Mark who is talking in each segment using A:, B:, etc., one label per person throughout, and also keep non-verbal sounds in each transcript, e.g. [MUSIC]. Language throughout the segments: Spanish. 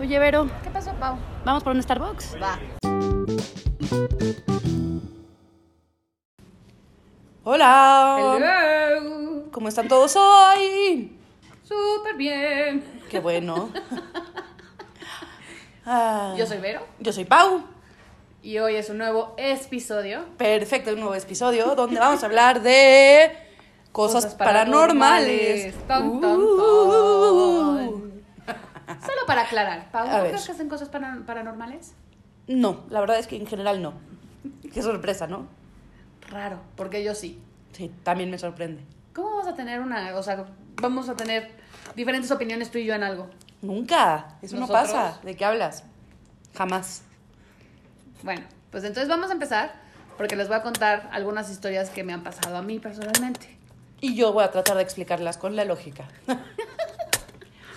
A: Oye, Vero,
B: ¿Qué pasó, Pau?
A: ¿vamos por un Starbucks?
B: Va.
C: Hola,
B: Hello.
C: ¿cómo están todos hoy?
B: Súper bien.
C: Qué bueno.
B: [LAUGHS]
C: Ah,
B: Yo soy Vero
C: yo soy Pau.
B: y hoy es un nuevo episodio.
C: Perfecto, un nuevo episodio donde vamos a hablar de cosas,
B: Cosas
C: paranormales.
B: paranormales. Tan, tan,
C: Uh.
B: Solo para aclarar, Pau,
C: A
B: ¿no
C: ver.
B: crees que hacen cosas para- paranormales?
C: No, la verdad es que en general no. Qué sorpresa, ¿no?
B: Raro, porque yo sí.
C: Sí, también me sorprende.
B: ¿Cómo vamos a tener una, o sea, vamos a tener diferentes opiniones tú y yo en algo?
C: Nunca, eso
B: Nosotros.
C: no pasa. ¿De qué hablas? Jamás.
B: Bueno, pues entonces vamos a empezar porque les voy a contar algunas historias que me han pasado a mí personalmente.
C: Y yo voy a tratar de explicarlas con la lógica. [LAUGHS]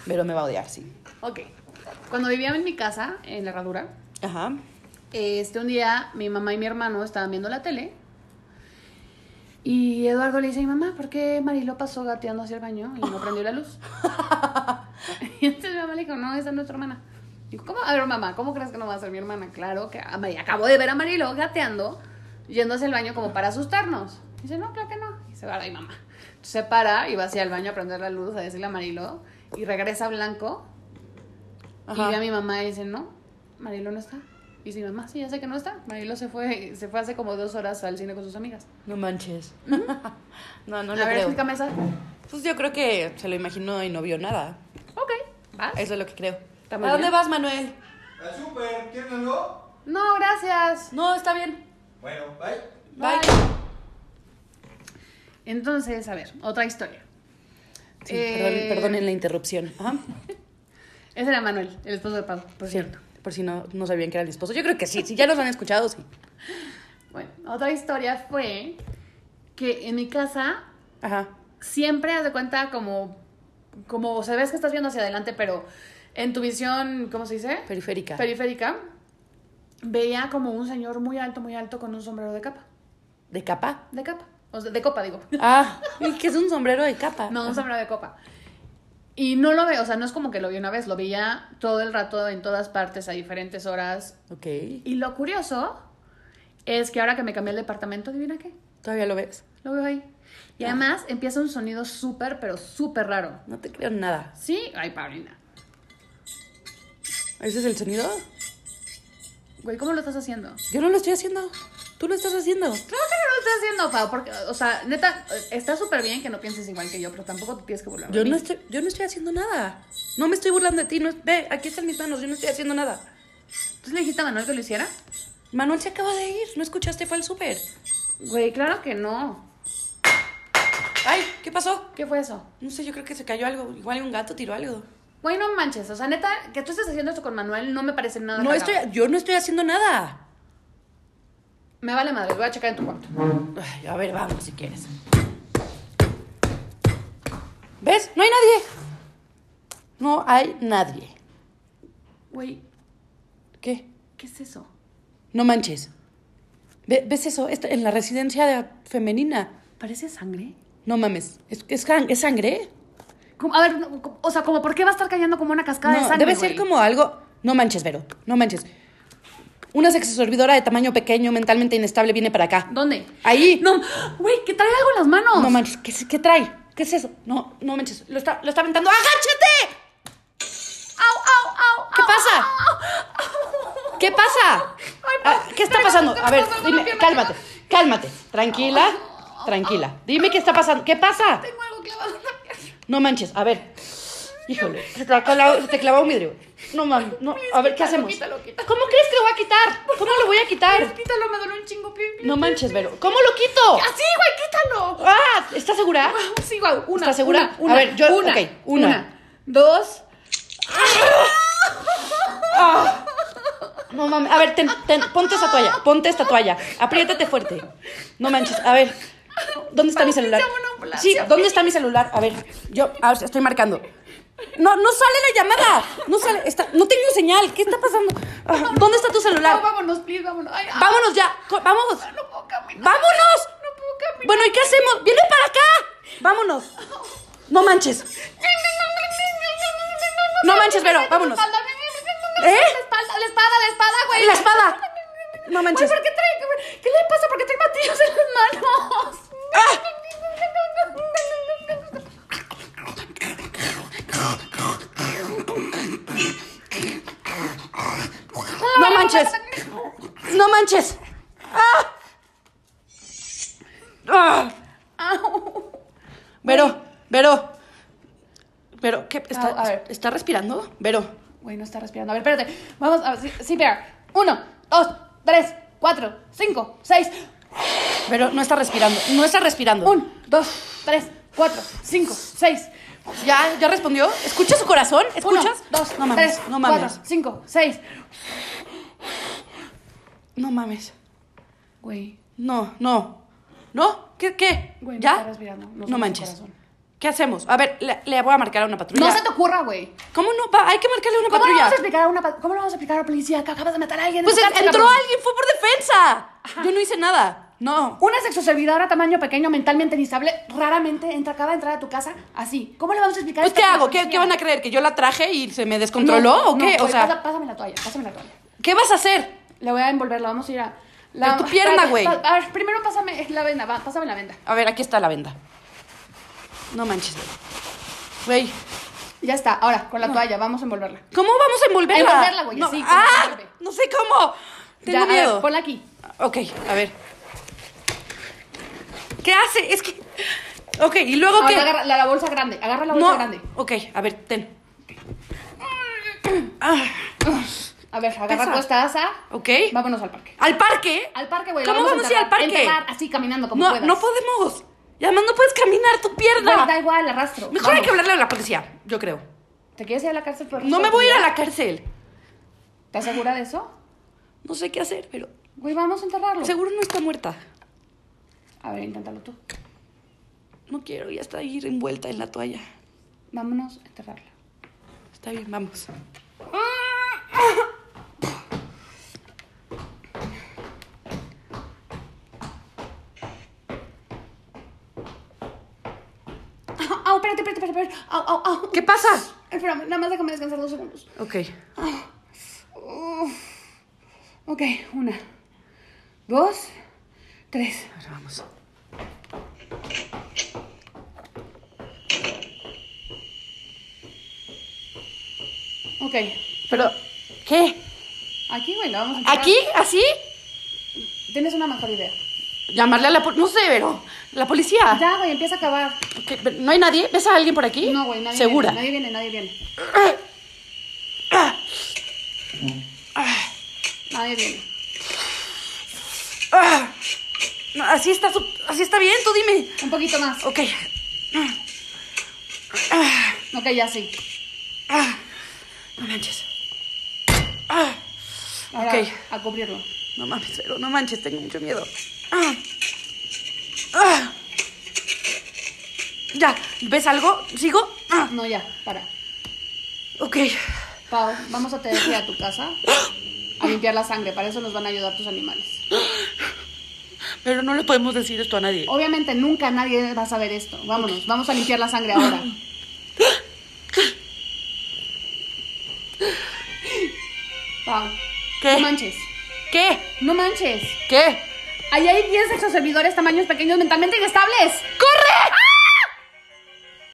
C: Pero me va a odiar, sí.
B: Ok. Cuando vivía en mi casa, en la herradura,
C: Ajá.
B: Este, un día mi mamá y mi hermano estaban viendo la tele. Y Eduardo le dice a mi mamá, ¿por qué Mariló pasó gateando hacia el baño y no prendió la luz? [LAUGHS] y entonces mi mamá le dijo, no, esa es nuestra hermana. Dijo, ¿cómo? A ver, mamá, ¿cómo crees que no va a ser mi hermana? Claro que a- me- acabo de ver a Mariló gateando, yendo hacia el baño como para asustarnos. dice, no, claro que no. Y se va a mamá. Entonces se para y va hacia el baño a prender la luz, a decirle a Mariló. Y regresa blanco y
C: Ajá.
B: ve a mi mamá y dice, no, Marilo no está. Y dice, mi mamá, sí, ya sé que no está. Marilo se fue, [LAUGHS] se fue hace como dos horas al cine con sus amigas.
C: [LAUGHS] No manches. no, no
B: a
C: lo
B: ver,
C: creo.
B: explícame esa.
C: Pues yo creo que se lo imaginó y no vio nada.
B: Ok, ¿vas?
C: Eso es lo que creo.
B: Está
C: ¿A
B: muy
C: dónde
B: bien.
C: vas, Manuel?
D: Al super, ¿quieren algo?
B: No, gracias.
C: No, está bien.
D: Bueno, bye.
C: Bye.
B: Entonces, a ver, otra historia.
C: Sí,
B: Eh,
C: perdón, perdonen la interrupción. Ajá.
B: Ese era Manuel, el esposo de Pablo, por cierto.
C: Por si no, no sabían que era mi esposo. Yo creo que sí. Si ya los han escuchado, sí.
B: Bueno, otra historia fue que en mi casa
C: Ajá.
B: siempre haz de cuenta como, como, o sea, ves que estás viendo hacia adelante, pero en tu visión, ¿cómo se dice?
C: Periférica.
B: periférica, veía como un señor muy alto, muy alto con un sombrero de capa. [LAUGHS]
C: ¿De capa?
B: De capa. O sea, de copa, digo.
C: Ah, ¿y qué es un sombrero de capa?
B: No, un
C: Ajá.
B: sombrero de copa. Y no lo veo, o sea, no es como que lo vi una vez, lo veía todo el rato en todas partes a diferentes horas.
C: Ok.
B: Y lo curioso es que ahora que me cambié el departamento, ¿adivina qué?
C: ¿Todavía lo ves?
B: Lo veo ahí. Y además empieza un sonido súper, pero súper raro.
C: No te creo nada.
B: ¿Sí? Ay, Paulina.
C: ¿Ese es el sonido?
B: Güey, ¿cómo lo estás haciendo?
C: Yo no lo estoy haciendo. Tú lo estás haciendo.
B: Claro que no lo estás haciendo, Pau, porque, o sea, neta, está súper bien que no pienses igual que yo, pero tampoco te tienes que burlar. de
C: Yo
B: mí.
C: no estoy, yo no estoy haciendo nada. No me estoy burlando de ti. No, es- ve, aquí están mis manos. Yo no estoy haciendo nada.
B: ¿Entonces le dijiste a Manuel que lo hiciera?
C: Manuel se acaba de ir. ¿No escuchaste? Fue al súper.
B: Güey, claro que no.
C: Ay, ¿qué pasó?
B: ¿Qué fue eso?
C: No sé, yo creo que se cayó algo. Igual un gato tiró algo.
B: Güey, no manches. O sea, neta, que tú estés haciendo esto con Manuel no me parece nada.
C: No
B: cagado.
C: estoy, yo no estoy haciendo nada.
B: Me vale madre, voy a checar en tu cuarto.
C: Ay, a ver, vamos si quieres. ¿Ves? No hay nadie. No hay nadie.
B: Güey,
C: ¿Qué?
B: ¿qué es eso?
C: No manches. Ve- ¿Ves eso? Esta- en la residencia de- femenina.
B: ¿Parece sangre?
C: No mames. ¿Es, es, sang- es sangre?
B: ¿Cómo? A ver, no, ¿cómo? o sea, como por qué va a estar cayendo como una cascada
C: No,
B: de sangre.
C: debe ser
B: güey?
C: como algo. No manches, Vero. No manches. Una sexoservidora de tamaño pequeño, mentalmente inestable, viene para acá.
B: ¿Dónde?
C: Ahí.
B: No, güey, que trae algo en las manos.
C: No manches, ¿qué, es- qué trae? ¿Qué es eso? No, no manches, lo está, lo está aventando. ¡Agáchate!
B: Au, au, au,
C: ¿Qué
B: au,
C: pasa?
B: au, au, au.
C: ¿Qué pasa?
B: Ay, pa-
C: Ah, ¿Qué está
B: espérame,
C: pasando?
B: ¿qué me
C: A ver,
B: pasó con la
C: dime,
B: pierna?
C: cálmate, cálmate. Tranquila, tranquila. Dime qué está pasando. ¿Qué pasa?
B: Tengo algo clavado en la pierna.
C: No manches, a ver. Híjole, se te clavó, se te clavó un vidrio. No mames, no. A ver, ¿qué
B: quítalo,
C: hacemos?
B: quítalo, quítalo.
C: ¿Cómo crees que lo voy a quitar? ¿Cómo lo voy a quitar?
B: Quítalo, me duele un chingo. pi, pi,
C: No
B: pi,
C: manches,
B: pi.
C: Vero. ¿Cómo lo quito?
B: Así, güey, quítalo.
C: ¡Ah! ¿Estás segura?
B: Sí, guau, una.
C: ¿Estás segura?
B: Una, una,
C: A ver, yo-
B: una,
C: ok, una.
B: dos.
C: Ah. No mames, a ver, ten- ten- ponte esa toalla, ponte esta toalla, apriétate fuerte. No manches, a ver, ¿dónde está mi celular?
B: llama una ambulancia,
C: Sí, ¿dónde está mi celular? A ver, yo a ver, estoy marcando. No, no sale la llamada, no sale, está, no tengo señal, ¿qué está pasando? Ah, ¿Dónde está tu
B: No,
C: celular?
B: vámonos, please, vámonos. Ay, ah,
C: Vámonos ya, co- vamos,
B: no puedo caminar.
C: vámonos.
B: No puedo caminar.
C: Bueno, ¿y qué hacemos? Viene para acá, vámonos. No manches, no manches, Vero, vámonos.
B: Espalda, mi, mi, mi, mi,
C: ¿Eh?
B: La espalda, la espada, la espada, güey.
C: La espada. No manches.
B: Güey, ¿por qué trae? ¿Qué le pasa? ¿Por qué trae martillos en las manos?
C: Ah. No manches. No manches. ¡Ah! ¡Ah!
B: Au.
C: Vero, Vero. Vero, ¿qué? ¿Está,
B: Ah, a ver.
C: ¿está respirando? Vero.
B: Güey, no está respirando. A ver, espérate. Vamos a ver. Sí, sí, Bear. Uno, dos, tres, cuatro, cinco, seis.
C: Vero, no está respirando. No está respirando.
B: Un, dos, tres, cuatro, cinco, seis.
C: ¿Ya, ¿Ya respondió? ¿Escucha su corazón?
B: Uno,
C: ¿Escuchas?
B: dos,
C: no mames.
B: tres,
C: no mames.
B: cuatro, cinco, seis.
C: No mames.
B: Güey,
C: No, no. ¿No? ¿Qué? ¿Qué?
B: Güey, no
C: ¿Ya?
B: está respirando. No
C: No,
B: suelta su
C: manches.
B: corazón.
C: ¿Qué hacemos? A ver, le, le voy a marcar a una patrulla.
B: no se te ocurra, güey.
C: ¿Cómo no? Pa- hay que marcarle a una
B: ¿Cómo le
C: patrulla.
B: vamos a explicar a una pa- ¿Cómo le vamos a explicar a la policía que acabas de matar a alguien? en
C: Pues
B: tu casa,
C: entró
B: cabrón?
C: alguien, fue por defensa. Yo no hice nada. No.
B: Una sexoservidora tamaño pequeño, mentalmente inestable, raramente entra, acaba de entrar a tu casa así. ¿Cómo le vamos a explicar
C: Pues,
B: esto
C: ¿qué
B: a la
C: hago? ¿Qué,
B: policía?
C: qué van a creer? ¿Que yo la traje y se me descontroló
B: No,
C: o
B: no,
C: qué? o
B: güey,
C: sea,
B: pasa- pásame la toalla, pásame la toalla.
C: ¿qué vas a hacer?
B: La voy a envolver, la vamos a ir a. La...
C: Pero tu pierna,
B: Espérate,
C: güey.
B: pa- A ver, primero pásame la venda, va, pásame la venda.
C: A ver, aquí está la venda. No manches. Güey,
B: Ya está, ahora, con la toalla, vamos a envolverla.
C: ¿cómo vamos a envolverla?
B: Envolverla, güey,
C: no,
B: así, como se
C: ¡Ah!
B: envuelve.
C: No sé cómo. Tengo
B: ya, a ver,
C: miedo.
B: ponla aquí.
C: Ok, a ver. ¿Qué hace? Es que. Ok, y luego
B: Ahora
C: qué.
B: agarra la, la bolsa grande, agarra la bolsa
C: no.
B: grande.
C: Ok, a ver, ten. Ah,
B: A ver, agarra
C: Pesa.
B: tu esta asa.
C: ok.
B: Vámonos al parque.
C: ¿Al parque?
B: Al parque, güey. la
C: ¿Cómo vamos a ir
B: enterrar,
C: al parque?
B: enterrar así caminando como
C: no,
B: puedas.
C: no podemos. Y además no puedes caminar tu pierna.
B: Güey, da igual, arrastro.
C: Mejor
B: Vamos.
C: hay que hablarle a la policía, yo creo.
B: ¿Te quieres ir a la cárcel por el
C: No
B: resto
C: me
B: de tu
C: voy a ir a
B: vida?
C: la cárcel.
B: ¿Estás segura de eso?
C: No sé qué hacer, pero
B: Güey, vamos a enterrarlo.
C: seguro no está muerta.
B: A ver, inténtalo tú.
C: No quiero, ya está ahí envuelta en la toalla.
B: Vámonos a enterrarla.
C: Está bien, vamos.
B: Ah, Au, au, oh, espérate, espérate, espérate. espérate. Au, au, au.
C: ¿Qué pasa?
B: Espérame, nada más déjame descansar dos segundos.
C: Ok.
B: Uf. Ok, una, dos, tres.
C: A ver, vamos.
B: Ok,
C: Pero, ¿qué?
B: aquí, güey, la vamos a enterrar.
C: ¿Aquí? ¿Así?
B: Tienes una mejor idea.
C: Llamarle a la policía. No sé, pero. La policía.
B: Ya, güey, empieza a acabar.
C: Ok, pero ¿No hay nadie? ¿Ves a alguien por aquí?
B: No, güey, nadie
C: ¿Segura?
B: viene. Nadie viene, nadie viene. Nadie viene.
C: Ah. No, así está su- así está bien, tú dime.
B: Un poquito más.
C: Ok.
B: Ok, ya sí.
C: Ah. No manches. Ah.
B: Ahora,
C: Ok.
B: a cubrirlo.
C: No mames, pero no manches, tengo mucho miedo. Ah. Ah. Ya, ¿ves algo? ¿Sigo? Ah.
B: No, ya, para.
C: Ok.
B: Pau, vamos a tener que ir a tu casa a limpiar la sangre. Para eso nos van a ayudar tus animales.
C: Pero no le podemos decir esto a nadie.
B: Obviamente nunca nadie va a saber esto. Vámonos, vamos a limpiar la sangre ahora. Pau, no
C: ¿Qué?
B: manches.
C: ¿Qué?
B: No manches.
C: ¿Qué?
B: Ahí hay 10 exoservidores tamaños pequeños mentalmente inestables.
C: ¡Corre!